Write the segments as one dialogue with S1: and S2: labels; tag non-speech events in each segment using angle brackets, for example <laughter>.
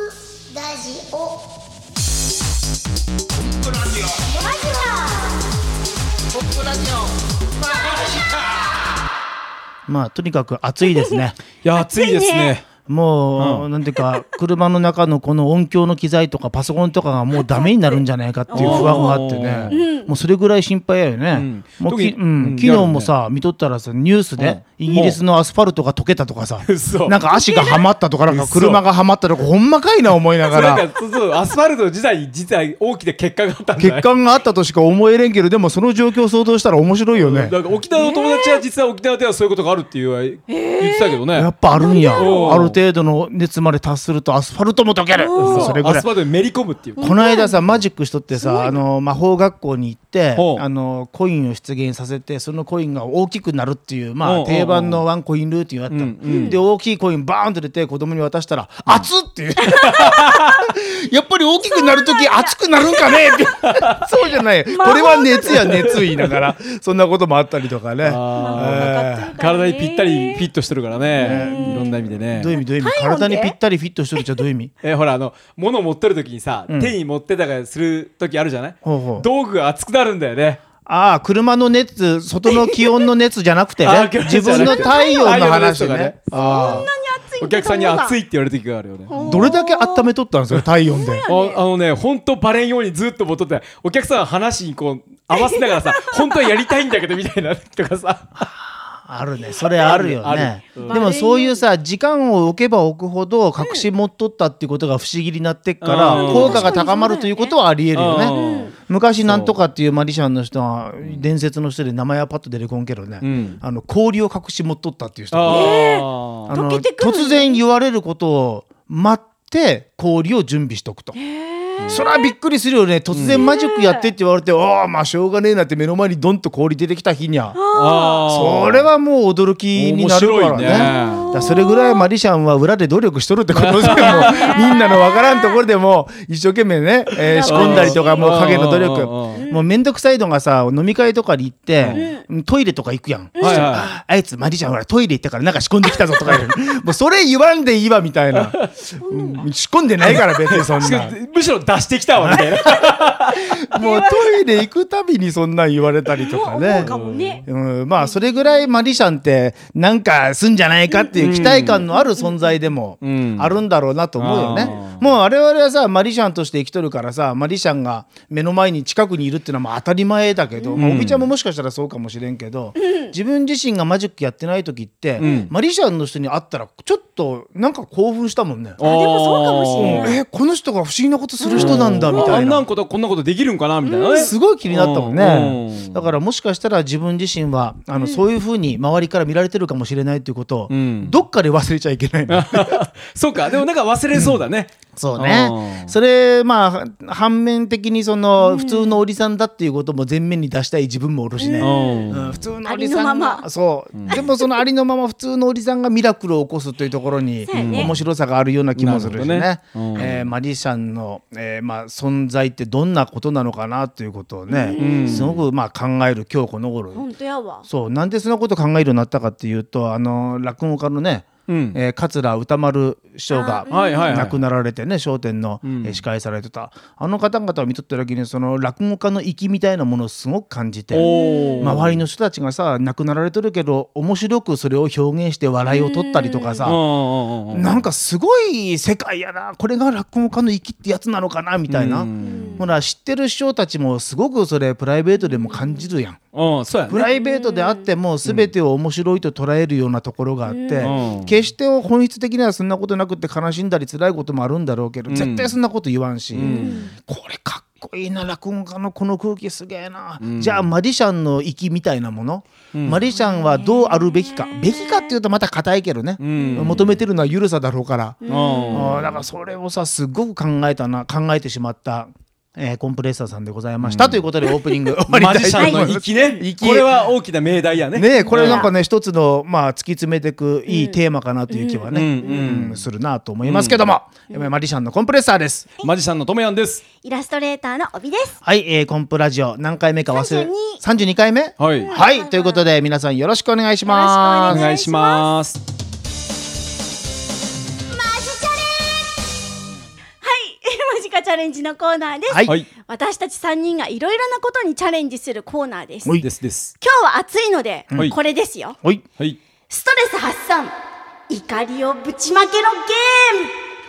S1: ラジオ
S2: ポップラジオ
S1: ラジ
S2: ポップラジオ
S3: まあとにかく暑いです
S4: <laughs>
S3: ね
S4: いや、暑いですね。
S3: もう、なんていうか車の中のこの音響の機材とかパソコンとかがもうダメになるんじゃないかっていう不安があってねもうそれぐらい心配やよね、
S4: うん
S3: もうき
S4: 特
S3: うん
S4: にうん
S3: 昨日もさ見とったらさニュースでイギリスのアスファルトが溶けたとかさ
S4: 嘘
S3: なんか足がはまったとかなんか車がはまったとかほんまかいな思いながら
S4: なんか、そうそう、アスファルト自体に実は大きな結果があったんだ
S3: 欠陥があったとしか思えれんけどでもその状況を想像したら面白いよね
S4: なんか沖縄の友達は実は沖縄ではそういうことがあるっていうは言ってたけどね。
S3: やっぱあるんやある
S4: ろう
S3: 程度の熱まで達するとアスファルトも溶ける
S4: そう
S3: それぐ
S4: ア
S3: ら
S4: ス
S3: い
S4: ファルトにめり込むっていう。
S3: この間さマジックしとってさあの魔法学校に行って
S4: ほう
S3: あのコインを出現させてそのコインが大きくなるっていう
S4: うんうん
S3: ま
S4: う
S3: あ
S4: ん
S3: 定番のワンコインルーティンがあったの、
S4: うんう
S3: で大きいコインバーンと出て子供に渡したら「熱っ!」っていう <laughs> やっぱり大きくなる時熱くなるんかねって
S4: <laughs>
S3: そうじゃないこれは熱や熱言いながらそんなこともあったりとかね。
S4: あー体にぴったりフィットしてるからね。いろんな意味で
S3: どういう
S4: ね。
S3: 意味どういう意味体にぴったりフィットしてるじゃどういう意味
S4: え、ほら、あの、物を持ってる時にさ、手に持ってたりする時あるじゃない
S3: ほうほう
S4: 道具が熱くなるんだよね。
S3: ああ車の熱外の気温の熱じゃなくて <laughs>
S4: あ
S3: ね
S4: ー
S3: 自分の太陽の話
S4: 太陽の熱とか
S3: ね
S4: ね
S3: あ
S1: オ
S4: お客さんに熱い
S1: い
S4: って言われる時があるよね。
S3: あどれだけ温めとったんですか体温で
S4: ああのね、本当バレんようにずっとボトって、お客さんの話にこう、合わせながらさ、本当はやりたいんだけどみたいなとかさ。
S3: あるねそれあるよね
S4: ある
S3: でもそういうさ時間を置けば置くほど隠し持っとったっていうことが不思議になってっから
S4: うん
S3: 効果が高まるということはありえるよね
S4: ね。
S3: 昔なんとかっていうマリシャンの人は伝説の人で名前はパッと出てこんけどね、
S4: ん
S3: あの氷を隠し持っとったっていう人が
S4: あ
S3: あの
S1: 溶けてくる
S3: 突然言われることを待って氷を準備しとくと。そりゃびっくりするよね突然マジックやってって言われて、ああまあしょうがねえなって目の前にドンと氷出てきた日にゃ
S4: あ
S3: それはもう驚きになるからね
S4: 面白いね
S3: だからそれぐらいマリシャンは裏で努力しとるってことですよもうみんなのわからんところで
S4: <laughs>
S3: もう一生懸命ね、えー仕込んだりとかもう影の努力
S4: うんうんうん
S3: もうめんどくさいのがさ飲み会とかに行って、トイレとか行くやん、
S4: はいはい
S3: ああいつマリシャンほらトイレ行ったからなんか仕込んできたぞとか言
S4: <laughs>
S3: うもうそれ言わんでいいわみたいなうん仕込んでないから別に
S4: <laughs>
S3: そん
S4: し
S3: な
S4: かもむしろ出してきたわみたいな。
S3: もうトイレ行くたびにそんなん言われたりとかね
S1: 思う。かもね
S3: うん、まあそれぐらいマリシャンってなんかすんじゃないかっていう期待感のある存在でも
S4: ん
S3: あるんだろうなと思うよね。
S4: あ
S3: もう我々はさマリシャンとして生きとるからさマリシャンが目の前に近くにいるっていうのはまあ当たり前だけど、まあ、おみちゃんももしかしたらそうかもしれんけど、自分自身がマジックやってない時って、マリシャンの人に会ったらちょっとなんか興奮したもんね。
S4: でも
S1: そうかもしれない
S3: えこの人が不思議なことする人なんだみた
S4: あ
S3: い
S4: ん
S3: な
S4: な。ことこんなことできるんかなみたいなね。
S3: すごい気になったもんね、
S4: うん
S3: だからもしかしたら自分自身はあの、そういうふうに周りから見られてるかもしれないということを、
S4: ん
S3: どっかで忘れちゃいけないな
S4: <laughs> そうか、でもなんか忘れそうだね。
S3: そうねそれまあ反面的にその、普通のおじさんだっていうことも前面に出したい自分もおるしね、
S4: うん
S3: うん普通のおじさんが
S1: ありのまま
S3: そう、でもそのありのまま普通のおじさんがミラクルを起こすというところに、
S1: そうやね
S3: 面白さがあるような気もするしね
S4: なるほどねうん
S3: えーマリシャンの、えーまあ、存在ってどんなことなのかなということをね、すごくまあ考える今日この頃、
S1: 本当やわ
S3: そうなんでそんなこと考えるようになったかっていうとあの落語家のね、
S4: うん
S3: えー桂歌丸師匠が
S4: はいはいはい
S3: 亡くなられてね『笑点』の、えー司会されてたあの方々を見とった時にその落語家の粋みたいなものをすごく感じて。
S4: おー
S3: 周りの人たちがさ亡くなられてるけど面白くそれを表現して笑いを取ったりとか
S4: うん
S3: さ
S4: うんうんうん
S3: なんかすごい世界やなこれが落語家の粋ってやつなのかなみたいなほら知ってる師匠たちもすごくそれプライベートでも感じるやん。
S4: うん、そうや
S3: プ
S4: ね。
S3: ライベートであっても全てを面白いと捉えるようなところがあって
S4: うん
S3: 決して本質的にはそんなことなくって悲しんだり辛いこともあるんだろうけど絶対そんなこと言わんしこれかっこいいな落語家のこの空気すげえなじゃあマリシャンの息みたいなものマリシャンはどうあるべきかべきかっていうとまた硬いけどね求めてるのは緩さだろうから
S4: うん
S3: あーだからそれをさすごく考えたな考えてしまった。えーコンプレッサーさんでございました、ということでオープニング終わりたい
S4: マ
S3: と
S4: ジシャン
S3: 思い
S4: の
S3: ます
S4: 粋ね。
S3: 粋
S4: これは大きな命題や <laughs> ね。
S3: ねえこれなんかね一つのまあ突き詰めていくいいテーマかなという気はね、
S4: うん
S3: うんするなと思いますけども、マリシャンのコンプレッサーです
S4: マジシャンのトメヤンです。
S1: イラストレーターの帯です
S3: はい、えーコンプラジオ何回目か忘れ32回目
S4: はい
S3: ということで皆さんよろしくお願いし
S1: よ
S3: ま
S1: ろ
S4: お
S3: す
S1: く
S4: 願いします。
S1: はい <laughs> チャレンジのコーナーです、
S3: はい
S4: はい
S1: 私たち3人がいろいろなことにチャレンジするコーナーです
S3: は
S1: 今
S3: い
S4: ですです。
S1: 日は暑いので、
S4: はい
S1: これですよ
S3: おい
S4: はい。
S1: ストレス発散怒りをぶちまけろゲ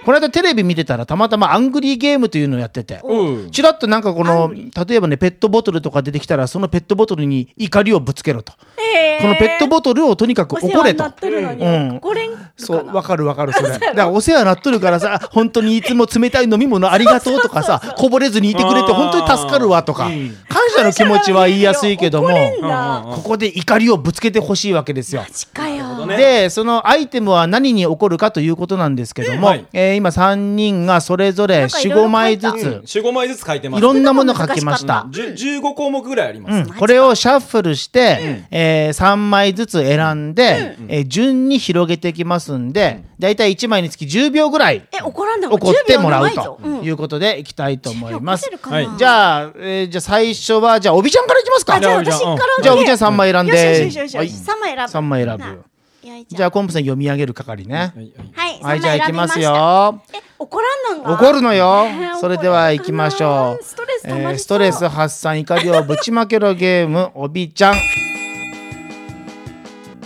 S3: この間テレビ見てたらたまたまアングリーゲームというのをやってて
S4: うん。
S3: ちらっとなんかこの例えばねペットボトルとか出てきたらそのペットボトルに怒りをぶつけろと、
S1: ーム
S3: このペットボトルをとにかく
S1: お世
S3: 怒
S1: 話
S3: れ
S1: にな
S3: と
S1: っ。とるのに、
S3: うん
S1: 怒れんかな
S3: そうわかるわかるそれだからお世話になっとるからさ本当にいつも冷たい飲み物ありがとうとかさこぼれずにいてくれて本当に助かるわとか
S4: うん
S3: 感謝の気持ちは言いやすいけども
S1: 怒れん
S4: う
S1: だ
S4: んうん
S3: ここで怒りをぶつけてほしいわけですよ。
S1: 近いよ、
S4: ね
S3: でそのアイテムは何に起こるかということなんですけども、
S4: はい
S3: えー今3人がそれぞれ
S1: なんかい
S3: 45
S1: ろいろ書いた
S3: 枚ず
S4: う
S3: つ
S4: ん四五枚ずつ書いてま
S3: い
S4: す。
S3: ろんなもの書きました
S1: 難。
S4: じゅ十五項目ぐらいあります。
S3: うんこれをシャッフルして、え3枚ずつ選んで、えー順に広げていきますんで、だいたい1枚につき10秒ぐらい
S1: え怒らんだ
S3: 怒ってもらう
S1: 10秒
S3: と
S1: 長いぞうん
S3: いうことでいきたいと思います
S1: 怒って。るかな
S4: は
S3: じゃあ、えーじゃあ最初は、じゃあ、おびちゃんからいきますか。
S1: あじゃあ
S4: おびちゃん
S1: 私から
S4: う
S3: じゃあ、おびちゃん3枚選んで。
S1: よしよしよしよ
S3: はい
S1: し三枚選ぶ
S3: 3枚選ぶ。
S1: なよい
S3: じ
S1: じ
S3: ゃ
S1: ゃ
S3: あ、コンプさん読み上げる係ね。
S4: はいはい
S1: あは
S3: は
S1: い、三
S3: い、じゃあ、いき
S1: 枚選びま
S3: ま
S1: し
S3: す
S1: た
S3: よ。
S1: え怒らんのが
S3: 怒るのよ
S1: えー。
S3: それでは行きましょう。
S1: ストレス溜
S3: え
S1: まりそう
S3: ーストレス発散、怒りをぶちまけろゲーム、おびちゃん。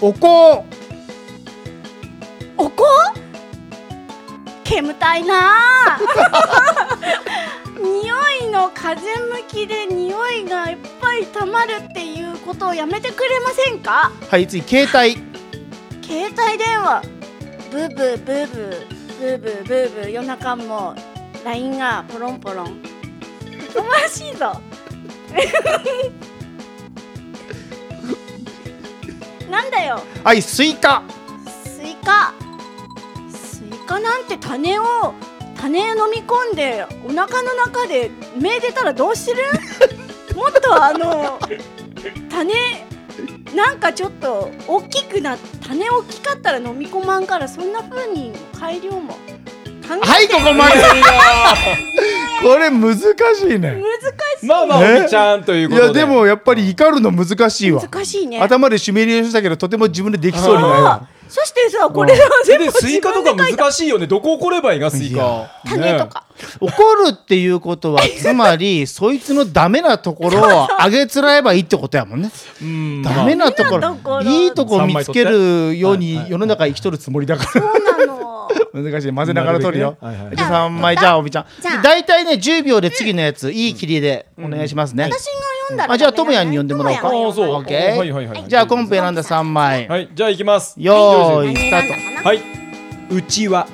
S3: おこう
S1: おこ煙た
S3: <laughs>
S1: いなあ匂いの風向きで匂いがいっぱい溜まるっていうことをやめてくれませんか
S3: はい、次、携帯。
S1: 携帯電話ブーブーブーブーブーブーブーブー夜中も LINE がポロンポロンおかしいぞ <laughs> なんだよ
S3: はい、スイカ。
S1: スイカスイカなんて種を種飲み込んでお腹の中で芽出たらどう
S3: <laughs>
S1: するもっとあの種なんかちょっと大きくな種大きかったら飲み込まんからそんな風に改良も考
S3: は
S1: え
S3: い、
S1: て
S3: ここまで。これ難しいね。
S4: まあまあ、
S3: ね
S4: おびちゃんという
S3: い
S4: ことで。
S3: やでもやっぱり怒るの難しいわ、
S1: 難しいね
S3: 頭でシミュレーションしたけどとても自分でできそうにないわ
S1: そしてさこれら全部
S4: で、スイカとか難しいよね。どこ怒ればいいが、スイ
S3: いや
S4: カ。
S1: 種とか、
S3: 怒るっていうことはつまりそいつのダメなところをあげつらえばいいってことやもんね
S4: ね。うん。
S3: ダメなとこ
S1: ダ
S3: ろ
S1: メなところ
S3: いいとこ見つけるよう
S4: 三枚取ってはいは
S3: に
S4: い
S3: 世の中生きとるつもりだから
S1: そうなの
S3: 難しい混ぜながら取るよ
S4: なるべくねはいはい
S3: じゃあ3枚じゃあおびちゃん
S1: じゃあ
S3: 大体ね10秒で次のやついい切りでお願いしますね
S1: 私が読んだら
S3: あじゃあトムヤンに呼んでもらおうか
S1: トムヤン
S4: あ
S1: を
S4: あ、そう。
S1: 呼
S3: オ
S1: ん
S3: ッ
S1: だら
S3: ケ
S4: はいはいはい
S3: ーじゃあコンペ選んだ3枚
S4: はい、じゃあ行きます。
S3: よーい
S1: 何
S3: スタ
S1: 選ん
S3: ート
S1: だかな
S4: はい。うちは。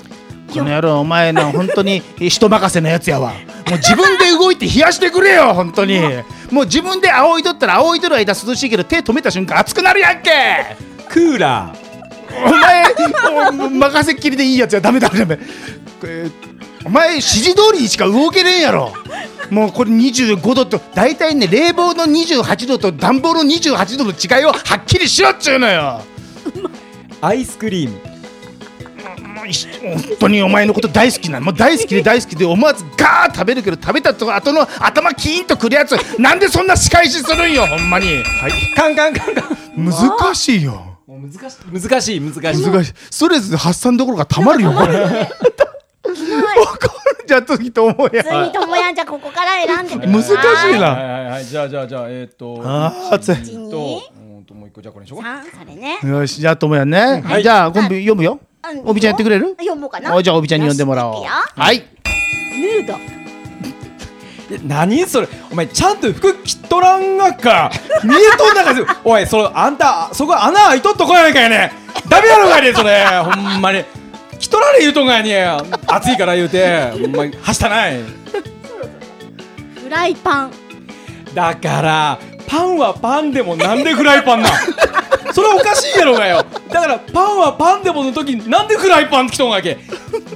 S3: この野郎お前の本当に人任せのやつやわもう自分で動いて冷やしてくれよ本当に <laughs> もう自分で仰いとったら仰いとる間涼しいけど手止めた瞬間熱くなるやんけ
S4: クーラー。
S3: お前もう任せっきりでいいやつはダメダメダメこれお前指示通りにしか動けねえんやろもうこれ25度と大体ね冷房の28度と暖房の28度の違いをはっきりしろっちゅうのよ
S4: アイスクリーム。
S3: もう一本当にお前のこと大好きなのもう大好きで大好きで思わずガーッ食べるけど食べたとこ後の頭キーンとくるやつなんでそんな仕返しするんよほんまに
S4: はい。カンカンカンカン。
S3: 難しいよ
S4: もう難しい。難しい、難しい。
S3: 難しいストレス発散どころかたまるよこれ怒るじゃ時と思うや
S1: 普通にトムヤンじゃあここから選んでくだ
S3: 難し
S1: さい
S3: い
S4: はい
S3: な
S4: はいはい。じゃあ、じゃあ、じゃあ、えーっと。
S3: あー熱い
S4: 一と、うんともう一個、じゃあこれにしようか。
S1: さんそれね
S3: よしじゃあともやね、
S4: はい
S3: じゃあコンビ読むよ
S1: うん
S3: おびちゃんやってくれる
S1: 読もうかな
S3: おじゃあおびちゃんに読んでもらおう
S1: よし
S3: はい
S1: ヌード
S4: え何それお前ちゃんと服着とらんがか見えとんなかすおいそれあんたそこ穴開いとっとこやないかいねダメやろがいねそれほんまに着とられ言うとんがいね暑いから言うてほんまにはしたない
S1: フライパン
S4: だからパンはパンでもなんでフライパンなんそれはおかしいやろがよだからパンはパンでもの時になんでフライパン着とんがいけ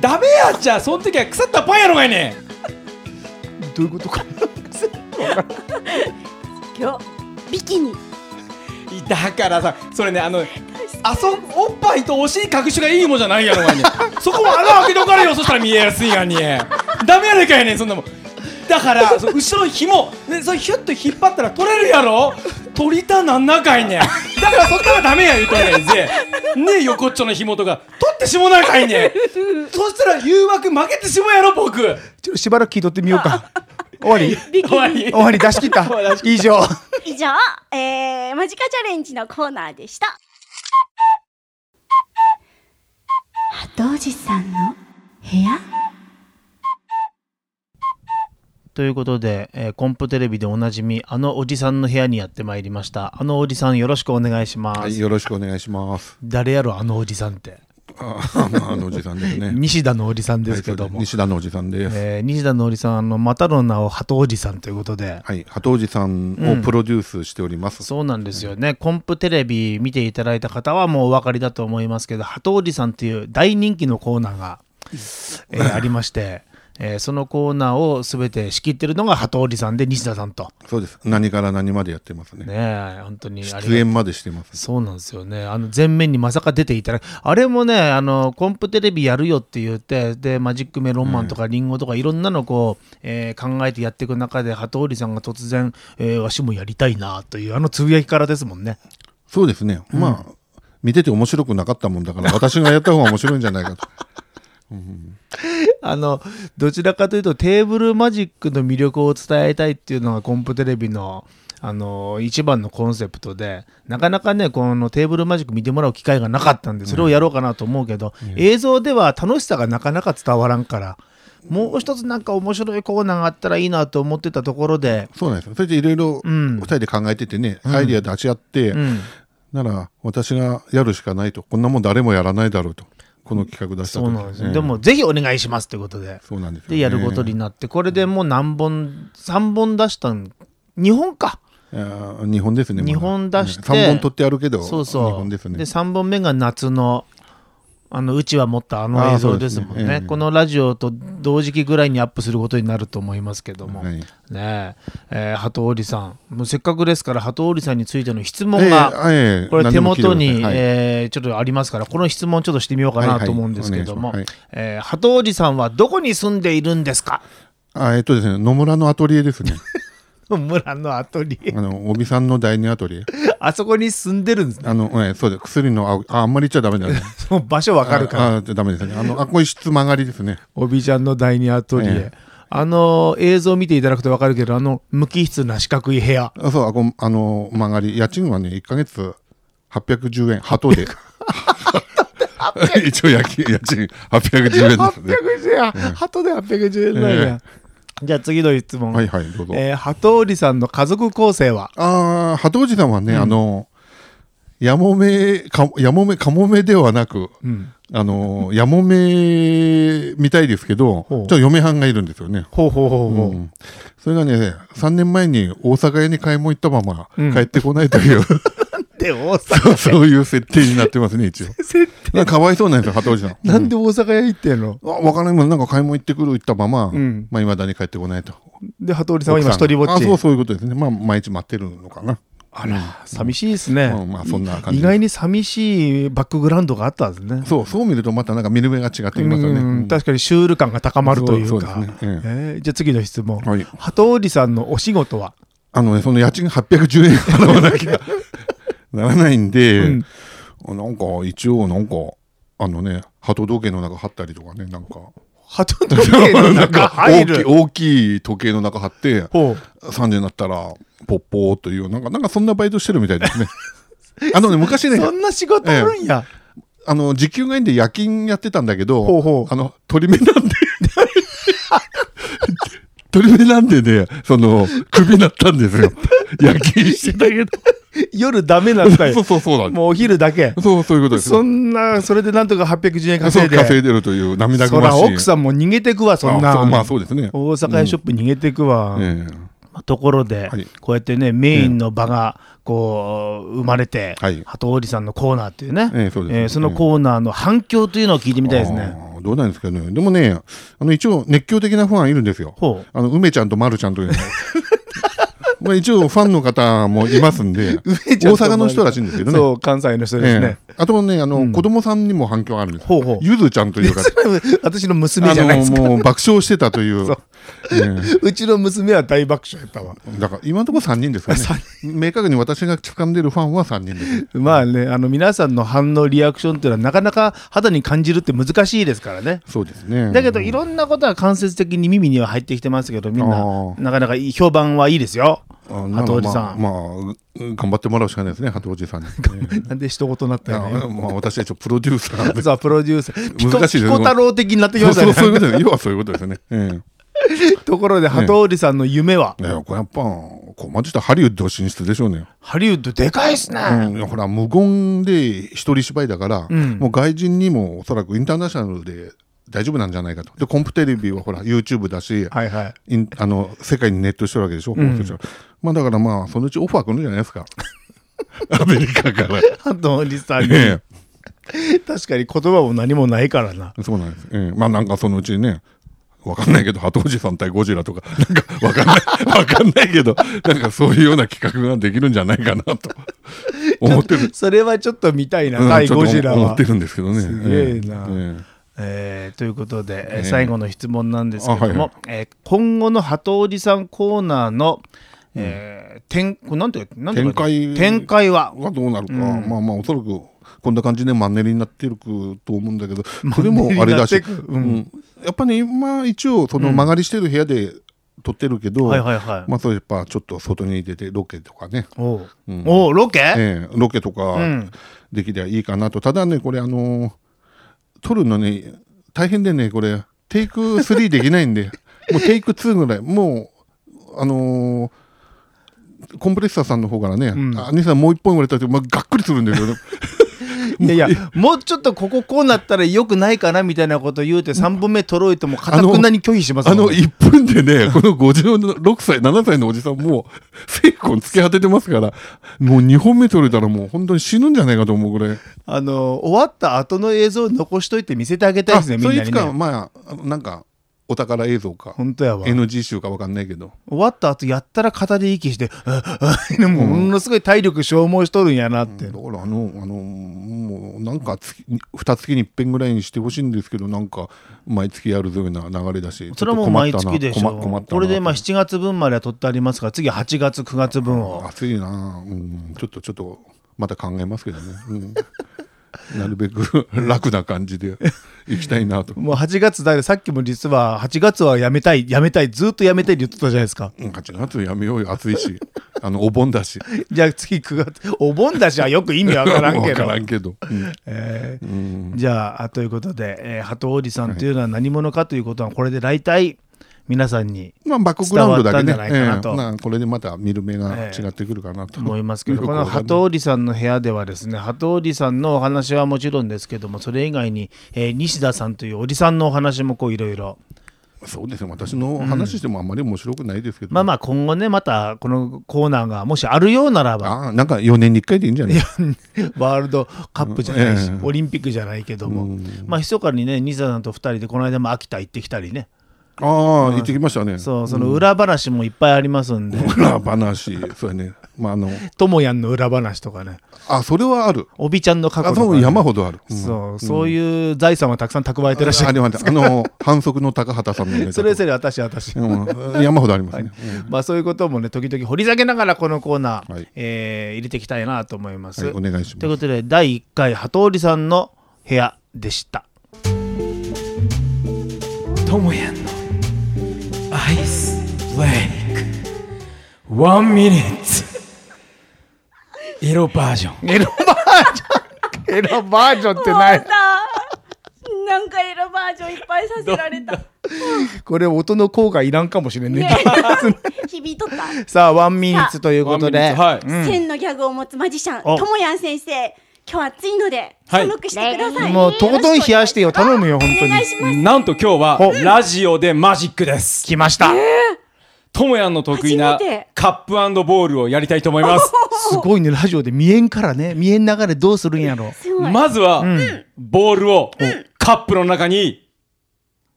S4: ダメやっちゃその時は腐ったパンやろがいね
S3: どういうことか
S1: 魚ビキニ
S4: だからさそれねあのあそおっぱいとお尻隠しがいいもんじゃないやろがにそこも穴開けとかれよそしたら見えやすいやんにダメやねんかいねんそんなもんだからそ後ろの紐ねそれヒュッと引っ張ったら取れるやろ取りたなんなかいねんだだからそっからダメや言うとるやんぜね横っちょの紐とか取ってしもなあかいねんそしたら誘惑負けてしもうやろ僕
S5: ちょっとしばらく聞いとってみようか終わり
S1: ビキ
S4: 終わり
S5: 終わり出し切った以上
S1: 以上、えー、マジカチャレンジのコーナーでした。ハトおじさんの部屋
S5: ということで、えーコンプテレビでおなじみあのおじさんの部屋にやってまいりましたあのおじさんよろしくお願いします、
S6: はい、よろしくお願いします。
S5: 誰やろあのおじさんって
S6: あ <laughs> ーまあ、あのおじさんですね。
S5: 西田のおじさんですけど
S6: はい
S5: も、
S6: 西田のおじさんです。
S5: えー西田のおじさんあのまたの名を鳩おじさんということで
S6: はい、鳩おじさんをプロデュースしております。
S5: そうなんですよねコンプテレビ見ていただいた方はもうお分かりだと思いますけど鳩おじさんっていう大人気のコーナーが、えーありまして、えーそのコーナーを全て仕切ってるのが鳩おじさんで西田さんと
S6: そうです。何から何までやってますね。
S5: ねえ本当にありが
S6: 出演までしてます。
S5: そうなんですよね。あの前面にまさか出ていただく。あれもね、あのコンプテレビやるよって言って、でマジックメロンマンとかリンゴとかいろんなのこう、えー考えてやっていく中で鳩織さんが突然、えーわしもやりたいなというあのつぶやきからですもんね。
S6: そうですね。まあ、見てて面白くなかったもん
S5: <laughs>
S6: だから、私がやった方が面白いんじゃないかと。
S5: あのどちらかというとテーブルマジックの魅力を伝えたいっていうのがコンプテレビの。あの一番のコンセプトでなかなかねこのテーブルマジック見てもらう機会がなかったんでそれをやろうかなと思うけど、映像では楽しさがなかなか伝わらんからもう一つなんか面白いコーナーがあったらいいなと思ってたところで、
S6: そうなんですよ。それでいろいろ
S5: ん
S6: 二人で考えててね、アイディア出し合って、
S5: うん、
S6: なら私がやるしかないと。こんなもん誰もやらないだろうと。この企画出した
S5: そ
S6: 時
S5: うなんです、
S6: ええ
S5: でもぜひお願いしますということで
S6: そうなんですよね
S5: でやることになってこれでもう何本3本出したん2本か
S6: いやー日本ですね。
S5: 日本出して
S6: 3本取ってあるけど、
S5: そうそう
S6: 日本ですね。
S5: 3本目が夏のあのうちは持ったあの映像ですもん
S6: あーそう
S5: ね
S6: ですねええ
S5: このラジオと同時期ぐらいにアップすることになると思いますけども、
S6: はい
S5: ねええー鳩織さんもうせっかくですから鳩織さんについての質
S6: え
S5: 問
S6: え
S5: が、
S6: ええ
S5: これ手元
S6: 何
S5: に、
S6: でも聞いてくださいはい
S5: えーちょっとありますからこの質問ちょっとしてみようか
S6: は
S5: ない
S6: はい
S5: と思うんですけども
S6: お願いしま
S5: えー鳩織さんはどこに住んでいるんですか
S6: あ、えっとですね、野村のアトリエですね。 <laughs>
S5: 村のアトリエ
S6: あの、帯さんの第二アトリエ。
S5: あそこに住んでるんですね
S6: あの、ええそうです。薬の青、あ、あんまり言っちゃダメだね。
S5: もう場所わかるから
S6: ああ、ダメですね。あの、あ、これ質曲がりですね。
S5: おびちゃんの第二アトリエ、
S6: え
S5: あの映像見ていただくと分かるけどあの無機質な四角い部屋
S6: あそう、あこあの、曲がり。家賃はね、1ヶ月810円。鳩で。 <laughs> 一応家賃、家賃810円ですね。
S5: 810円、鳩で810円だよ、じゃあ次の質問、
S6: はいはい、どうぞ。
S5: えー鳩織さんの家族構成は
S6: ああ、鳩おじさんはね、あの、やもめ、かやもめ、かもめではなく、あの、やもめみたいですけど、ち
S5: ほう
S6: ょっと嫁はんがいるんですよね。
S5: ほうほうほうほう、
S6: うんそれがね、3年前に大阪屋に買い物行ったまま
S5: うん
S6: 帰ってこない
S5: <laughs>
S6: という、
S5: で大阪
S6: そういう設定になってますね、
S5: <laughs>
S6: 一応。
S5: 設
S6: なんかかわいそうなんですよ、鳩おじさん。
S5: <laughs> なんで大阪屋行ってんの、
S6: あわからないもん、なんか買い物行ってくる、行ったまま、
S5: ん
S6: まあ、未だに帰ってこないと。
S5: で鳩織さんは今
S6: 奥さ
S5: 一
S6: ん
S5: 人
S6: が
S5: ぼっ
S6: あ
S5: ち
S6: そう、そういうことですね。まあ、毎日待ってるのかな。
S5: あら寂しいですね、
S6: うんまあ、そんな感
S5: 意
S6: じです
S5: 外に寂しいバックグラウンドがあったんですね
S6: そう、そう見るとまたなんか見る目が違ってきますよね。
S5: う
S6: うん
S5: ん確かにシュール感が高まるというか
S6: そうそうですね
S5: えーじゃあ次の質問、
S6: はい
S5: 鳩織さんのお仕事は
S6: あのね、その家賃810円払わな
S5: <laughs>
S6: きゃならないんで、なんか一応なんか、あのね、鳩時計の中貼ったりとかね、なんか。
S5: 鳩時計の中入
S6: 大きい
S5: る。
S6: 大きい時計の中貼って、
S5: ほう。
S6: 30になったら、ポッポーという、なんか、なんかそんなバイトしてるみたいで
S5: <laughs>
S6: すね。あのね、昔ね、
S5: そんな仕事あるんや。
S6: あの、時給がいいんで夜勤やってたんだけど、
S5: ほうほう
S6: あの、取り目なんで、 <laughs> 取り目なんでね、その、クビになったんです
S5: <laughs>
S6: よ。夜勤してたけど。
S5: 夜ダメなんだ
S6: そ
S5: よ
S6: う。そうそうなんで
S5: もうお昼だけ
S6: す。。そう、そういうことです。
S5: そんな、それでなんとか810円
S6: そ
S5: 稼
S6: う
S5: いで。
S6: 稼いでるという涙
S5: そ
S6: ぐま
S5: ら
S6: しい。
S5: 奥さんも逃げてくわ、そん
S6: あ
S5: な。
S6: うまあそうですね。
S5: 大阪屋ショップ逃げてくわ。
S6: え
S5: まあところで、
S6: はい
S5: こうやってね、メインの場が、こう、生まれて、
S6: はい
S5: 鳩織さんのコーナーっていうね、
S6: ええそうですね
S5: ーそのコーナーの反響というのを聞いてみたい
S6: え
S5: ですね。
S6: あーどうなんですかね。でもね、あの一応熱狂的なファンいるんですよ。
S5: ほう <laughs>
S6: あの梅ちゃんとまるちゃんというの。まあ一応ファンの方もいますんで
S5: 上
S6: 大
S5: ちゃんと
S6: 阪の人らしいんですけどね
S5: そう関西の人ですね、
S6: ええあとねあの、
S5: ん
S6: 子供さんにも反響があるんです
S5: ほうほう
S6: ゆずちゃんという方
S5: <laughs> 私の娘
S6: あ
S5: <laughs> じゃないで
S6: の
S5: すか
S6: もう爆笑してたという
S5: そう
S6: え
S5: うちの娘は大爆笑やったわ
S6: えだから今のところ3人ですかね明確に私が掴んでるファンは3人です
S5: まあねあの皆さんの反応リアクションっていうのはなかなか肌に感じるって難しいですからね
S6: そうですね
S5: だけどいろんなことは間接的に耳には入ってきてますけどみん
S6: あ
S5: な
S6: ー
S5: なかなかいい評判はいいですよ
S6: あ
S5: 鳩おじさん、
S6: まあ、まあまあうん頑張ってもらうしかないですね鳩おじさんに、 <laughs>
S5: なんで一言になった
S6: あ
S5: よね
S6: まあ私は一応プロデューサー
S5: <laughs>
S6: で
S5: さあプロデューサーピコ
S6: 難しいです
S5: ピ
S6: ね
S5: コ太郎的になってき
S6: そ
S5: ま
S6: う
S5: した
S6: <laughs> そう
S5: ね
S6: そういうことです要はそういうことですね、ええ
S5: <laughs> ところで鳩織さんの夢は、
S6: いやこれやっぱこうまじたハリウッド進出でしょうね、
S5: ハリウッドでかいっすね、
S6: うん、ほら無言で一人芝居だから、もう外人にもおそらくインターナショナルで大丈夫なんじゃないかとでコンプテレビはほら YouTube だし、
S5: はいはい
S6: インあの世界にネットしてるわけでしょ、放送してるまあだからまあそのうちオファー来るんじゃないですか <laughs> アメリカから。
S5: 鳩織さんに
S6: え
S5: 確かに言葉も何もないからな
S6: え、そうなんです、ええ、まあなんかそのうちねわかんないけど、鳩おじさん対ゴジラとか、 <laughs> なんかわかんない、 <laughs> わかんないけど、なんかそういうような企画ができるんじゃないかなと思ってる。
S5: それはちょっと見たいな、
S6: うん
S5: 対
S6: ちょっと
S5: ゴジラ
S6: 思っ
S5: は
S6: て。るんですけどね。
S5: すげえな
S6: ええ
S5: えーということで、えー
S6: ええ
S5: 最後の質問なんですけども、
S6: あはいはい
S5: えー今後の鳩おじさんコーナーの、えー展これなんていうかなんていうか
S6: 展開
S5: 展開は
S6: がどうなるか、まあまあおそらくこんな感じでマンネリになってるくと思うんだけどそれもあれ
S5: マン
S6: だし、
S5: ネリになってくうん
S6: うんやっぱね今一応その曲がりしてる部屋で撮ってるけど、
S5: はいはいはい。
S6: まあそれやっぱちょっと外に出てロケとかね、
S5: おうおうロケ、
S6: ええロケとか
S5: ん
S6: できりゃいいかなとただねこれあのー撮るのね大変でねこれテイク3できないんで <laughs> もうテイク2ぐらいもうあのーコンプレッサーさんの方からね、あ兄さんもう一本ぐらい撮って、まあ、がっくりするんですよね
S5: いやいやもうちょっとこここうなったらよくないかなみたいなこと言うて3本目とろいともかたくなに拒否 <laughs> します
S6: あ
S5: もん
S6: の1分でね、 <laughs> この56歳、7歳のおじさん、もう、成功に突き果ててますから、もう2本目撮れたら、もう本当に死ぬんじゃないかと思うぐらい。
S5: あの終わった後の映像を残しといて見せてあげたい
S6: あ
S5: です
S6: そ
S5: ねみ
S6: う
S5: ん
S6: い
S5: な
S6: つ
S5: に
S6: か、
S5: ね
S6: まあ、あのなんか、お宝映像か、
S5: 本当やわ
S6: NG 集か分かんないけど、
S5: 終わった後やったら肩で息してああでもものすごい体力消耗しとるんやなって、
S6: だから、あの、あのもう、なんか月、2月に一遍ぐらいにしてほしいんですけど、なんか、毎月やるぞような流れだし、
S5: それはもう毎月でし
S6: ち
S5: ょ
S6: ょっと困ったな困ったな
S5: これでまあ7月分までは取ってありますから次8月9月分を
S6: 暑いな、うん、ちょっとちょっとまた考えますけどね、
S5: <laughs>
S6: うんなるべく <laughs> 楽な感じで行きたいなと、
S5: もう8月だよさっきも実は8月はやめたいやめたいずっとやめたいって言ってたじゃないですか
S6: うん8月やめようよ暑いしあのお盆だし
S5: じゃあ次9月お盆だしはよく意味わからんけ
S6: 分か
S5: ど
S6: らんけど、うん
S5: えーじゃああということで、えー、鳩織さんというのは何者かということはこれで大体皆さんに
S6: まあバックグラウンドだけね
S5: 伝わったんじゃないかなと
S6: ええまあこれでまた見る目が違ってくるかなと、
S5: 思いますけど、
S6: よく
S5: こ
S6: わ
S5: の
S6: かんない
S5: 鳩織さんの部屋ではですね、鳩織さんのお話はもちろんですけども、それ以外に、えー西田さんというおじさんのお話もこういろいろ、
S6: そうですね私の話してもあんまり面白くないですけど、
S5: まあまあ今後ね、またこのコーナーがもしあるようならば、
S6: ああなんか4年に1回でいいんじゃない
S5: <laughs> ワールドカップじゃないし、
S6: うんええ
S5: オリンピックじゃないけども、まあ密かにね、西田さんと2人でこの間も秋田行ってきたりね、
S6: ああ行ってきましたね
S5: そう、その裏話もいっぱいありますんで、
S6: <laughs> 裏話そうやねまああの
S5: ともやんの裏話とかね、
S6: あそれはある
S5: おびちゃんの過去
S6: あ
S5: と
S6: 多
S5: か
S6: 分
S5: ね、
S6: 山ほどある、うん
S5: そう、そういう財産はたくさん蓄えてらっしゃ
S6: あ
S5: る。
S6: りますあの反則の高畑さんのネタと
S5: それそれ私私
S6: うん山ほどありますね、
S5: まあそういうこともね時々掘り下げながらこのコーナー、
S6: はい
S5: えー入れていきたいなと思います。
S6: はいお願いします
S5: ということで第1回鳩織さんの部屋でした。
S4: ともやんのアイスブレイクワンミニッツエロバージョン
S5: エロバージョンエロバージョンってない
S1: なんかエロバージョンいっぱいさせられた。
S5: これ音の効果いらんかもしれんね。
S1: ね
S5: <laughs>
S1: <laughs> 響いとった。
S5: さあワンミニッツということで、
S4: ワンミニッツ
S1: 千のギャグを持つマジシャン、
S5: お
S1: ともやん先生。今日暑いので、
S4: はい
S1: 寒くしてください。
S5: もうとことん冷やしてよ頼むよ本当
S1: お
S5: に
S1: 願い。しま
S4: は
S1: す。
S4: いなんと今日
S5: ほ
S4: はラジオでマジックです
S5: 来ました。
S4: ともやんの得意な
S1: 初めて
S4: カップボールをやりたいと思い
S1: <laughs>
S4: ます
S5: すごいねラジオで見えんからね見えん流れどうするんやろ。
S1: すごい。
S4: まずはボールをカップの中に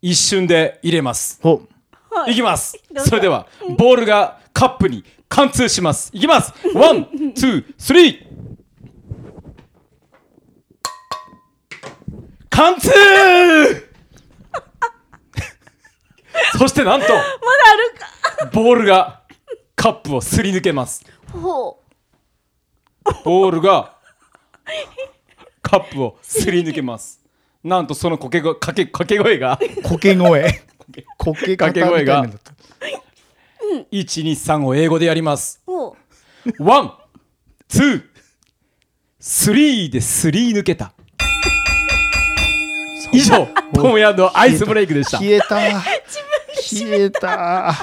S4: 一瞬で入れます
S5: ほ
S4: いきます
S1: どうぞ
S4: それではボールがカップに貫通しますいきますワンツースリー貫通 <laughs> そしてなんと
S1: まだあるか
S4: ボールがカップをすり抜けます
S1: ほ
S4: ボールがカップをすり抜けますなんとそのこけごかけかけ声が
S5: こけ声こけ方みたいなのだった
S4: 123を英語でやります
S1: うほ
S4: ワン、ツー、スリーでスリー抜けた。以上、トムヤンのアイスブレイクでした。
S5: 消えた <laughs> 消えた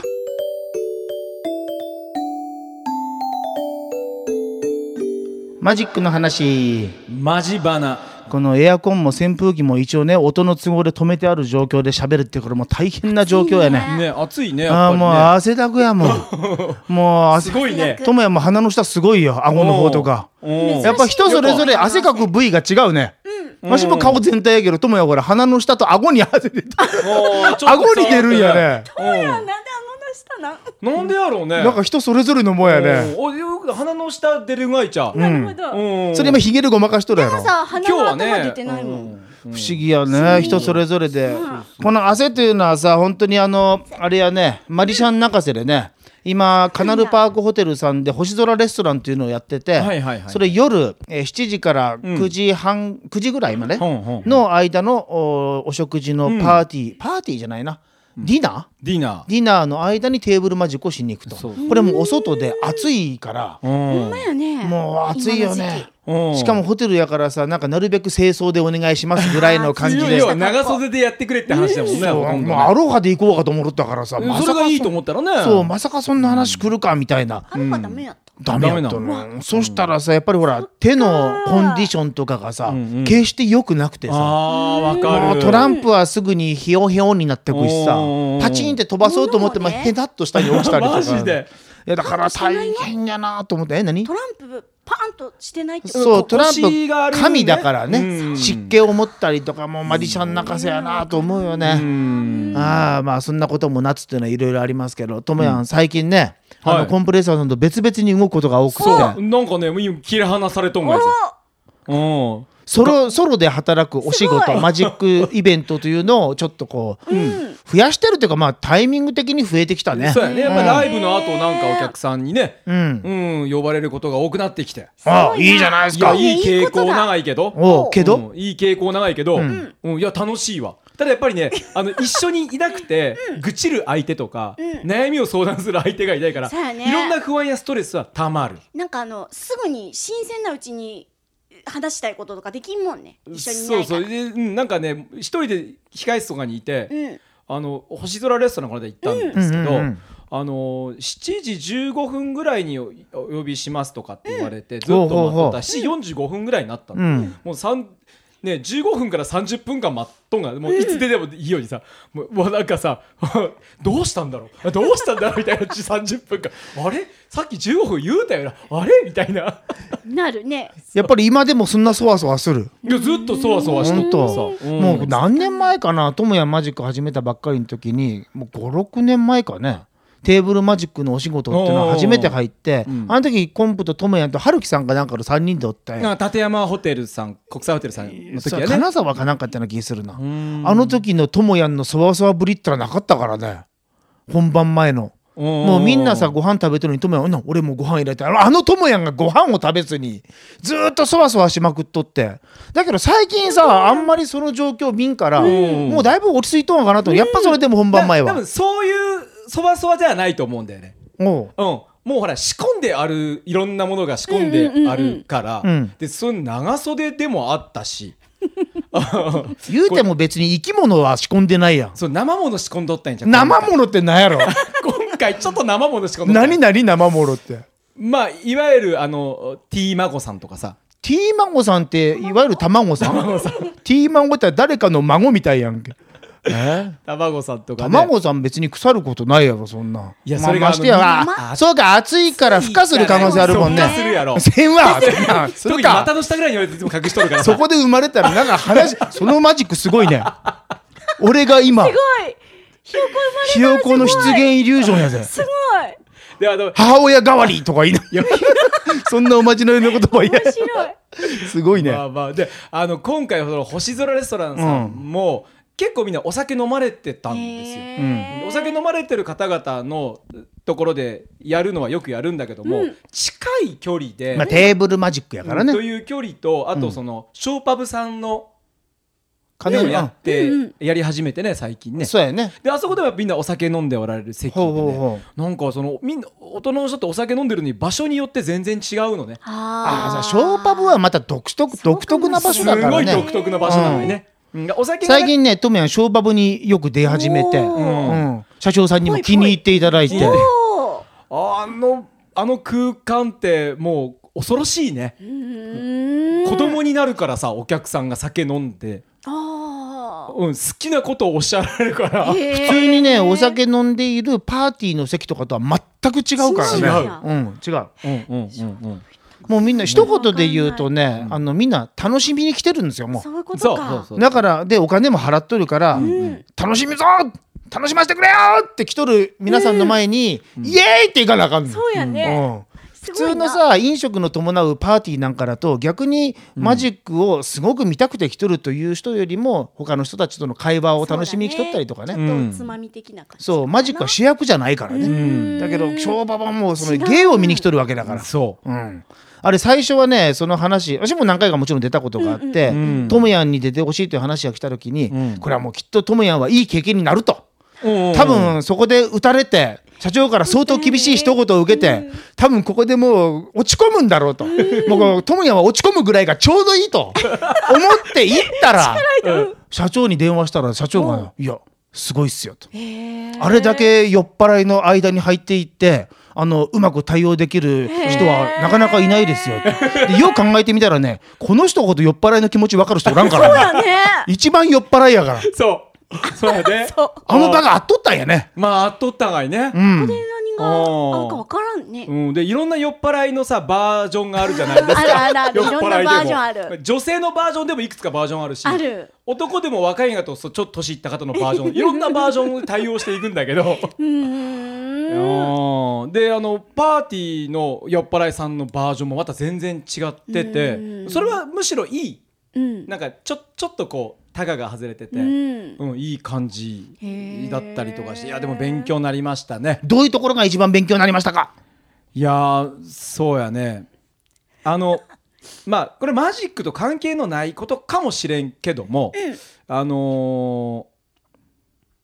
S5: マジックの話
S4: マジバナ。
S5: このエアコンも扇風機も一応ね音の都合で止めてある状況で喋るってこれもう大変な <laughs> 状況やね
S4: ね、暑いね、
S5: あ
S4: やっ
S5: あもう
S4: ぱ
S5: 汗だくやもんもう
S4: りね。
S5: 汗
S4: すごいね。
S5: ともやも鼻の下すごいよ顎の方とか
S4: おー。
S5: やっぱ人それぞれ汗かく部位が違うねわしも顔全体やけどともやほら鼻の下と顎に汗出て
S4: おーちょっと
S5: <laughs> 顎に出るんやね
S1: うなんで顎の下なん
S4: うんなんでやろうね。
S5: なんか人それぞれのもんやね
S4: おーおよく鼻の下出るがいちゃう。
S1: なるほど、
S4: うん
S5: それ今ヒゲでごまかしとるやろ
S1: 今さ鼻
S4: 今日
S1: の
S4: は
S1: 頭
S4: ね
S1: 出てないもん、
S5: 不思議やね人それぞれでこの汗というのはさ本当にあのあれやねマリシャン泣かせでね今カナルパークホテルさんで星空レストランっていうのをやってて、
S4: はいはいはい
S5: それ夜、えー7時から9時半、9時ぐらいまで
S4: うんうんうん
S5: の間のおお食事のパーティー、パーティーじゃないな、ディナー
S4: ディナ
S5: ディナーの間にテーブルマジックをしに行くと
S4: そう
S5: これもうお外で暑いから
S4: ー。うん
S1: まやね
S5: もう暑いよね
S4: うん
S5: しかもホテルやからさなんかなるべく清掃でお願いしますぐらいの感じ
S4: いよ
S5: で
S4: いよ長袖でやってくれって話だもんね
S5: そう
S4: ほとんど
S5: もう
S4: ね
S5: アロハで行こうかと思ったからさ、ま
S4: それ
S5: さか
S4: がいいと思ったらね
S5: そうまさかそんな話来るかみたいな、
S1: あの子ダメやった、
S5: ダメやったのそしたらさやっぱりほら手のコンディションとかがさ、決して良くなくてさ
S4: あーわ
S5: も
S4: か
S5: う
S4: る
S5: トランプはすぐにひよひよになってくしさ
S4: うん
S5: パチンって飛ばそうと思っても
S1: 物もね
S5: へたっと下に落ちたりと
S4: <laughs>
S5: か
S4: マジで
S5: いやだから大変やなと思ってえ何
S1: トランプパーンとしてないってこと
S5: そうトラン
S4: 腰がある
S5: プ
S4: ね
S5: 神だから
S4: う
S5: ね
S4: ん
S5: 湿気を持ったりとかもうマジシャン泣かせやなと思うよね。
S4: うん
S5: ああまあそんなことも夏っていうのはいろいろありますけどともやん最近ね、あ
S4: は
S5: の
S4: い
S5: コンプレッサーさんと別々に動くことが多くて
S4: そうなんかねもう今切り離されとんがやぞ
S5: ソロソロで働くお仕
S1: すご
S5: 事
S1: い
S5: マジックイベントというのをちょっとこう、増やしてるというかまあタイミング的に増えてきた
S4: うん
S5: ね。
S4: そうやねやっぱライブの後なんかお客さんにね
S5: うん、
S4: うん呼ばれることが多くなってきて
S5: ああいいじゃないです
S4: い
S5: か
S4: や。いい傾向長いけど
S5: おうけど、
S4: うんいい傾向長いけど
S5: ん
S4: うんいや楽しいわただやっぱりねあの一緒にいなくて愚痴る相手とか悩みを相談する相手がいないから
S1: そうやね
S4: いろんな不安やストレスはたまる
S1: なんかあのすぐに新鮮なうちに話したいこととかできんもんね一緒にい
S4: そ
S1: な
S4: うそ
S1: いから
S4: うでうんなんかね一人で控室とかにいて
S1: うん
S4: あの星空レストランからで行ったんですけど、
S5: うんうんうん
S4: あのー7時15分ぐらいにおお呼びしますとかって言われて、ずっ
S5: ほ
S4: と
S5: うほうほう
S4: 待ってた7時45分ぐらいになったの、
S5: うん
S4: もう3ね、15分から30分間待っとんがもういつ出てもいいようにさ、もうもうなんかさ <laughs> どうしたんだろうどうしたんだろうみたいな30分間あれさっき15分言うたよなあれみたいな
S1: なるね
S5: やっぱり今でもそんなそわそわする。
S4: いやずっとそわそわし
S5: 本
S4: と
S5: 当
S4: ってさ、ん
S5: もう何年前かなともやマジック始めたばっかりの時にもう56年前かねテーブルマジックのお仕事っていうのは初めて入って、
S4: うん
S5: あの時コンプとともやんと春樹さんかなんかの3人でおって、
S4: なんか立山ホテルさん国際ホテルさんの時
S5: そ
S4: は
S5: う
S4: ね
S5: 金沢かなんかやってな気するな、
S4: ん
S5: あの時のともやんのそわそわぶりったらなかったからね本番前の。も
S4: も
S5: うみんなさご飯食べてるのにともやんな俺もご飯入れてあのあのともやんがご飯を食べずにずーっとそわそわしまくっとってだけど最近さあんまりその状況見んから
S4: ん
S5: もうだいぶ落ち着いとんかなとやっぱそれでも本番前
S4: 多
S5: は
S4: 分そういうそわそわじゃないと思うんだよね
S5: おう
S4: うんもうほら仕込んであるいろんなものが仕込んであるから、
S5: うんうんうんうん
S4: でその長袖でもあったし
S5: 言うても別に生き物は仕込んでないやん
S4: そう生もの仕込んどったんじゃん
S5: 生物って何や <laughs> ろ
S4: 今回今回ちょっと生もの仕込んどった
S5: 何何生物って
S4: まあいわゆるあの T マゴさんとかさ
S5: T 孫さんっていわゆる卵さん T 孫って誰かの孫みたいやんけ
S4: 卵さんとか、ね、
S5: 卵さん別に腐ることないやろそんない
S4: や
S5: まあ
S4: それが
S5: ましてや
S4: あの
S5: わあそうか暑いから孵化する可能性あるもんね
S4: そう孵化するやろ
S5: せんわってな
S4: 特
S5: それ
S4: に
S5: か
S4: 股の下ぐらいに置いても隠しとるからさ
S5: そこで生まれたらなんか話そのマジックすごいね俺が今
S1: すごいひよこ生まれ
S5: ひよこの出現イリュージョンやぜ
S1: すごい
S4: であの
S3: 母親代わりとか言いなそんなおまじないの言葉言
S1: 面白い
S3: えすごいね
S4: まあまあであの今回その星空レストランさんも、結構みんなお酒飲まれてたんですよ。
S1: へー
S4: お酒飲まれてる方々のところでやるのはよくやるんだけども、近い距離で、
S3: まあテーブルマジックやからね
S4: という距離とあとその、ショーパブさんの
S3: 金を
S4: や
S3: ね
S4: って、
S1: うんうん
S4: やり始めてね最近ね。
S3: そうやね
S4: であそこではみんなお酒飲んでおられる席で、ね
S3: ほうほうほ
S4: なんかそのみんな大人の人ってお酒飲んでるのに場所によって全然違うのね
S1: あ
S3: ああショーパブはまた独特
S1: そう
S3: 独
S1: か
S3: 特
S1: も
S3: な場
S1: し
S3: 所
S1: れな
S3: だか
S4: すご
S1: い
S3: ら
S4: い
S3: ね
S4: 独特な場所なのにね、うんお酒がね
S3: 最近ねトメはショーパブによく出始めて、うん社長さんにも
S1: ぽいぽい
S3: 気に入っていただいて
S4: ぽい
S1: お
S4: あのあの空間ってもう恐ろしいね、
S1: ー
S4: 子供になるからさお客さんが酒飲んで、
S1: あ
S4: うん、好きなことをおっしゃられるから
S1: あ
S4: 違
S1: 普
S3: 普通にねお酒飲んでいるパーティーの席とかとは全く違うからね
S1: 違う
S3: うん、違う
S4: う,、んうんうん
S3: もうみんな一言で言うとねあのみんな楽しみに来てるんですよも
S1: そういう
S4: う
S1: こ
S4: ん、そ
S1: と
S4: うそう
S1: か
S4: そう
S3: うだからでお金も払っとるから、楽しみぞ楽しませてくれよって来とる皆さんの前に、イエーイっていかなあかんの
S1: そうやね
S3: うん
S1: 普
S3: 普通のさ飲食の伴うパーティーなんかだと逆にマジックをすごく見たくて来とるという人よりも他の人たちとの会話を楽しみに来とったりとかねそう
S4: うん
S1: つまみ的な感じ
S3: マジックは主役じゃないからね、だけど昭和はもうその芸を見に来とるわけだから
S4: そう
S3: うん、あれ最初はねその話私も何回かもちろん出たことがあって、
S4: うん
S3: トムヤンに出てほしいという話が来た時に、
S4: うん
S3: これはもうきっとトムヤンはいい経験になると
S4: 多
S3: 多分そこで打たれて社長から相当厳しい一言を受けて多分ここでもう落ち込むんだろうともうこうトムヤンは落ち込むぐらいがちょうどいいと思って行ったら社長に電話したら社長が「いやすごいっすよ」と。あれだけ酔っ払いの間に入っていってあのうまく対応できる人はなかなかいないですよでよく考えてみたらねこの人ほど酔っ払いの気持ち分かる人おらんからね
S1: ね
S3: 一番酔っ払いやから
S4: そうそうやで
S1: <laughs> そう
S3: あの場があっとったんやね
S4: まああっとったがいね
S3: うん
S1: 何がなんかわからんね
S4: うん、でいろんな酔っ払いのさバージョンがあるじゃないですか
S1: <laughs> あるあるある
S4: 酔っ払いでも
S1: いろんなバージョンある
S4: 女性のバージョンでもいくつかバージョンあるし
S1: ある
S4: 男でも若いがとそうちょっと年いった方のバージ
S1: <laughs>
S4: ョンいろんなバージョンで対応していくんだけど
S1: う <laughs> ーん
S4: うんであのパーティーの酔っ払いさんのバージョンもまた全然違っててそれはむしろいい
S1: うん
S4: なんかちょちょっとこうタガが外れてて、
S1: う
S4: うん
S1: ん
S4: いい感じだったりとかして
S1: へー
S4: いやでも勉強になりましたね。
S3: どういうところが一番勉強になりましたか
S4: いやーそうやねあ
S1: <laughs>
S4: のまあこれマジックと関係のないことかもしれんけども、あのー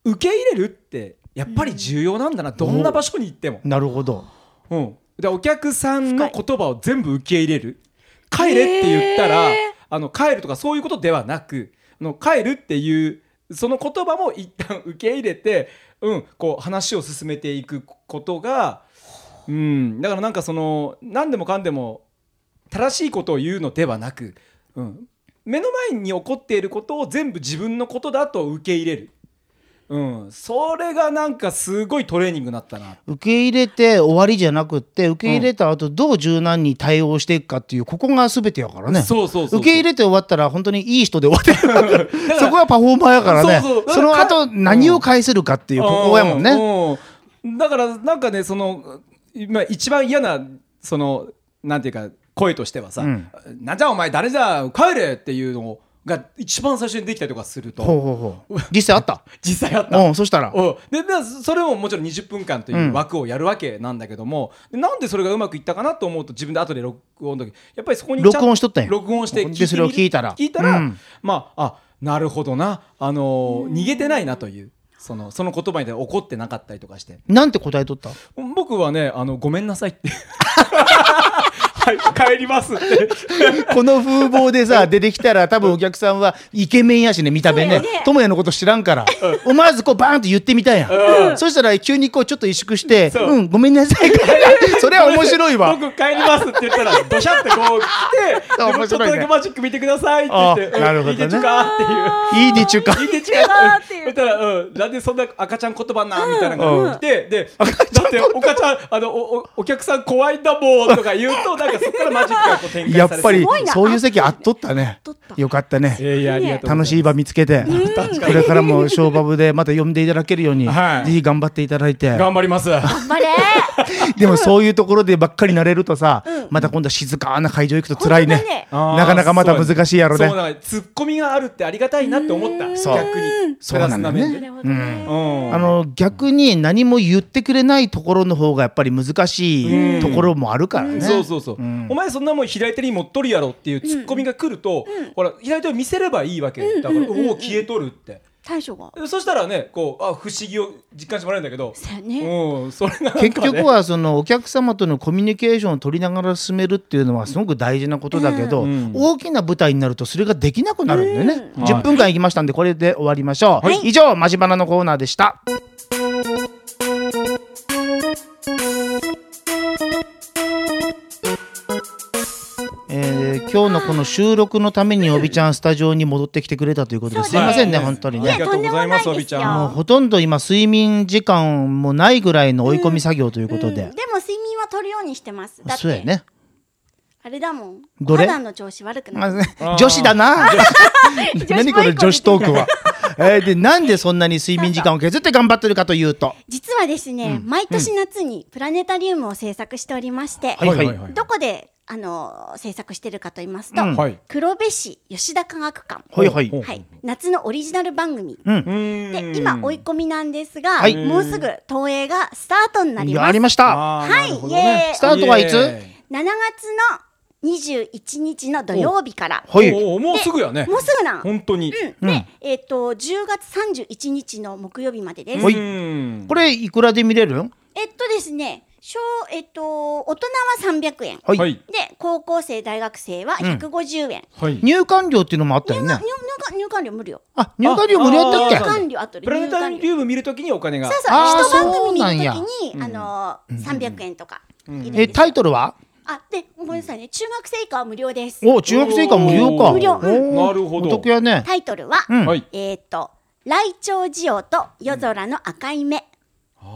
S4: 受け入れるってやっぱり重要なんだな、どんな場所に行っても、
S3: なるほど
S4: うん、でお客さんの言葉を全部受け入れる帰れって言ったら、
S1: へー
S4: あの帰るとかそういうことではなくあの帰るっていうその言葉も一旦受け入れて、うん、こう話を進めていくことが、うん、だからなんかその何でもかんでも正しいことを言うのではなく、うん、目の前に起こっていることを全部自分のことだと受け入れる。うん、それがなんかすごいトレーニングになったな
S3: 受け入れて終わりじゃなくって受け入れた後どう柔軟に対応していくかっていうここが全てやからね
S4: そうそうそうそう
S3: 受け入れて終わったら本当にいい人で終わってる <laughs> そこはパフォーマーやからね
S4: そうそう
S3: その後何を返せるかっていうここやもんね
S4: うんうんだからなんかねその今一番嫌なそのなんていうか声としてはさ
S3: う
S4: 「
S3: ん
S4: なんじゃお前誰じゃ帰れ!」っていうのが一番最初にできたりとかする
S3: ほう
S4: と
S3: ほうほう実際あった
S4: 実際あった。
S3: うんそしたら
S4: うんででそれをもちろん20分間という枠をやるわけなんだけども、でなんでそれがうまくいったかなと思うと自分で後で録音の時やっぱりそこに
S3: 録音しとったんや
S4: 録音して
S3: で
S4: いてみる
S3: それを聞いたら
S4: 聞いたら、
S3: うん
S4: まああなるほどなあのー逃げてないなというそのその言葉に対して怒ってなかったりとかして
S3: なんて答えとった
S4: 僕はねあのごめんなさいってはい帰りますって
S3: この風貌で <laughs> さ出てきたら多分お客さんはイケメンやしね見た目ね
S1: そうやね
S3: 智也のこと知らんから思わずこうバーンと言ってみたんやんそしたら急にこうちょっと萎縮して「
S4: そう
S3: うんごめんなさい」 <laughs> それは面白いわ
S4: 僕帰りますって言ったらドシャってこう来て
S3: あ
S4: でも
S3: 面
S4: ちょっ
S3: 白
S4: と
S3: いね
S4: だけマジック見てくださいって言って
S3: あなるほどね
S4: うんいいでちゅかっていう。
S3: いいでちゅうか
S4: 見て違う
S1: なーっていう <laughs>
S4: そしたら、うん、なんでそんな赤ちゃん言葉なんみたいなのが来て、で、だって、おかちゃん、あの、お、おお客さん怖いんだもんとか言うと、なんかかそこからマジックがこう展開されて
S5: やっぱり
S1: ごいな
S5: そういう席あっとったね
S1: とった
S5: よかったね
S4: いやいやありがとうございま
S5: 楽
S4: す
S5: しい場見つけてこれからもショーバブでまた呼んでいただけるように、
S4: はい
S5: ぜひ頑張っていただいて
S4: 頑張ります
S1: 頑張れ <laughs>
S5: でもそういうところでばっかりなれるとさ、また今度静かな会場行くと辛いね
S1: 本当だね
S4: あー
S5: <laughs> なかなかまた難しいやろね
S4: そうなんかツッコミがあるってありがたいなって思った
S5: そう
S4: 逆に
S5: そうなんだよね
S4: プラス面
S1: な
S4: で
S1: るほどね
S4: うん
S5: あの逆に何も言ってくれないところの方がやっぱり難しいところもあるからね。
S4: そうそうそう、
S5: ん
S4: お前そんなもん左手に持っとるやろっていうツッコミが来ると、ほら左手を見せればいいわけ、だから、おお消えとるって
S1: 大将が
S4: そしたらねこうあ不思議を実感してもらえるんだけど
S1: そうやね
S4: うんそれがなんかね、
S5: 結局はそのお客様とのコミュニケーションを取りながら進めるっていうのはすごく大事なことだけど、
S4: うん
S5: 大きな舞台になるとそれができなくなるんだよね、
S4: うん
S5: 10分間行きましたんでこれで終わりましょう、
S4: はい
S5: 以上マジバナのコーナーでしたえー今日のこの収録のためにおびちゃんスタジオに戻ってきてくれたということで
S1: そう
S5: すいませんね
S4: はい
S5: 本当に
S4: あり
S5: ね
S4: がとうございます
S1: と
S4: お
S1: んでもない
S4: び
S1: ですよ
S4: ち
S1: あ
S4: ゃ
S1: ー
S5: もうんほとんど今睡眠時間もないぐらいの追い込み作業ということで、
S1: うんでも睡眠は取るようにしてますだっ
S5: そうや
S1: て
S5: ね。
S1: あれだもん
S5: どれ
S1: お肌の調子悪く
S5: ま
S1: な
S5: あ
S1: る
S5: ね
S4: あー
S5: <laughs> 女子だな。何これ女子トークは。 <laughs> えーでなんでそんなに睡眠時間を削って頑張ってるかというと、
S1: 実はですね、毎年夏にプラネタリウムを制作しておりまして、
S5: はいはい
S1: どこであの制作してるかと言いますと、
S5: うん
S4: はい
S1: 黒部市吉田科学館、
S5: はいはい
S4: ほう
S1: はい夏のオリジナル番組、
S4: で
S1: で今追い込みなんですが、
S5: はい
S1: もうすぐ投影がスタートになり
S5: や
S1: ま
S5: り
S1: す。
S5: ました。
S1: はいイエーイ
S5: スタートはいつ
S1: 7月の21日の土曜日から、
S5: ほい。
S4: おおもうすぐやね
S1: もうすぐなん。
S4: 本当に、
S1: で、えっ、と10月31日の木曜日までです。
S5: ほい
S4: うん
S5: これいくらで見れるん？
S1: えっとですね、小えっと大人は300円。
S5: は
S4: はい
S1: で高校生大学生は150円、
S4: はい
S5: 入館料っていうのもあったよ
S1: 入
S5: ね
S1: 館。入館料無料
S5: あ、入館料無料だった
S4: あ
S5: っ
S4: ー
S5: け？
S1: 管料あとで
S4: プラネタリ
S1: 料
S4: ウム見るときにお金が
S1: そう
S5: あ
S1: そう
S5: ー
S1: 一番
S5: そうなん
S1: 組見
S5: や
S1: るときに、あのー300円とか入れるんですよ、
S5: えータイトルは？
S1: あでごめんなさいね中学生以下は無料です
S5: お、中学生以下無料か。
S1: 無料
S5: おー
S4: なるほど
S5: お得やね。
S1: タイトルは、
S5: うん
S4: はい
S1: えーっ、と「雷鳥ジオと夜空の赤い目、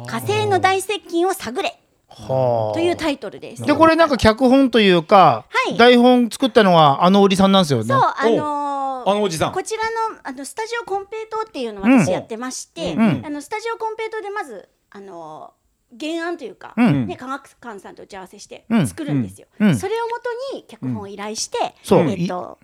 S1: 火星の大接近を探れ」
S5: は
S1: というタイトルです
S5: あ。でこれなんか脚本というか
S1: はい
S5: 台本作ったのはあのおじさんなんですよね
S1: そう。あのー
S4: あのおじさん
S1: こちらのあのスタジオコンペイトっていうのを私やってまして、
S5: んうん
S1: あのスタジオコンペイトでまずあの原案というか、
S5: うん
S1: ね、科学館さんと打ち合わせして
S5: うん
S1: 作るんですよ。
S5: うんうん
S1: それをもとに脚本を依頼して、
S5: そう
S1: えっと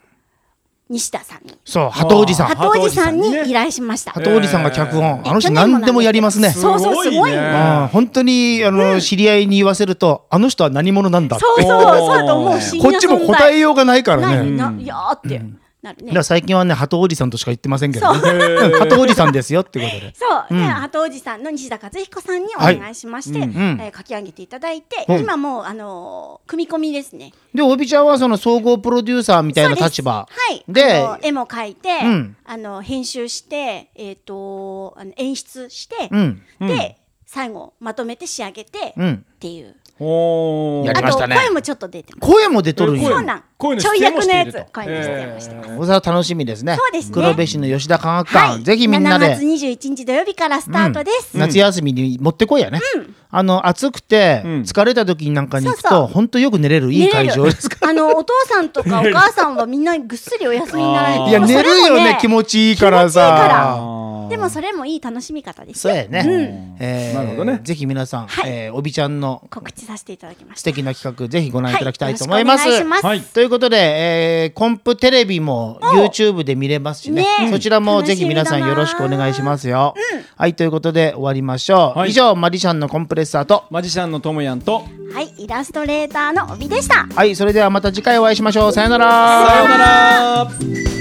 S1: 西田さんに、
S5: そう、鳩おじさん。
S1: 鳩おじさんに
S4: 鳩おじさんにね
S1: 依頼しました。
S5: 鳩おじさんが脚本、
S1: え
S5: あの人何でもやりますね。
S1: そうそうす
S4: す
S1: ご
S4: ご
S1: い
S4: い
S1: ね
S4: ね
S5: ああ本当にあの、知り合いに言わせるとあの人は何者なんだって
S1: そうそうそうだと思
S4: お
S1: う
S4: ー
S1: 不思議な
S5: こっちも答えようがないか
S1: 存在
S5: ら
S1: ない
S5: ね。
S1: な、いやーってなるね。
S5: だから最近はね鳩おじさんとしか言ってませんけど、ね、
S1: そう
S5: うん <laughs> 鳩おじさんですよってことで。
S1: そう、
S5: ん
S1: で鳩おじさんの西田和彦さんにお願いしまして、
S4: はい
S5: んうん
S1: えー書き上げていただいて、
S5: うん
S1: 今もうあのー組み込みですね。
S5: でおびちゃんはその総合プロデューサーみたいな立場
S1: そうですはい。
S5: で
S1: あの絵も描いて、
S5: うん
S1: あの編集して、えっ、とあの演出して、
S5: うん
S1: で最後まとめて仕上げて、
S5: う
S1: っ
S5: ん
S1: ていう。
S4: おー
S5: やりま
S1: あ
S5: し
S1: と
S5: たね
S1: 声もちょっと出てます。
S5: 声も出とるん
S4: 声
S1: そ
S5: よ
S1: う。なん。
S4: 声の
S1: ちょ
S4: 出
S1: い
S4: 演も
S1: 役
S4: し
S1: の
S4: てい
S1: や
S4: る
S1: つ
S4: と、
S1: 声の出演をしてます。
S5: 大沢楽しみですね。
S1: そうですね
S5: 黒部市の吉田科学館、
S1: はい、
S5: ぜひみんな
S1: 7
S5: で
S1: 月21日土曜日からスタートです。
S5: 夏休みに持ってこいやね。あの暑くて
S4: うん
S5: 疲れた時になんかに行く
S1: そうそ
S5: と本当よく寝れるいい会場です。
S1: あのお父さんとかお母さんはみんなぐっすりお休みになられ
S4: あ
S1: て
S4: ー
S5: い
S1: で
S5: や
S1: もそ
S5: 寝
S1: れ
S5: る
S1: も
S5: よね気持ちいいから
S1: 気持ちいいから
S5: さ。
S4: あー
S1: でもそれもいい楽しみ方です
S5: そうやね。えー
S4: なるほどね
S5: ぜひ皆さん、
S1: はい
S5: えーおびちゃんの
S1: 告知させていただきまし
S5: 素
S1: た
S5: 敵な企画、ぜひご覧いただきたいと思いま
S1: は
S5: す。
S1: いよろしくお願いします
S4: はい
S5: ということで、えーコンプテレビも YouTube で見れますしね
S1: ね
S5: そちらもぜひ皆さんよろしくお願いしますよ。はい、ということで終わりましょう。
S4: はい
S5: 以上、マリシャンのコンプレッサーと。
S4: マジシャンのともやんと
S1: はいイラストレーターの帯でした
S5: はい、それではまた次回お会いしましょう。さよなら。
S4: さようなら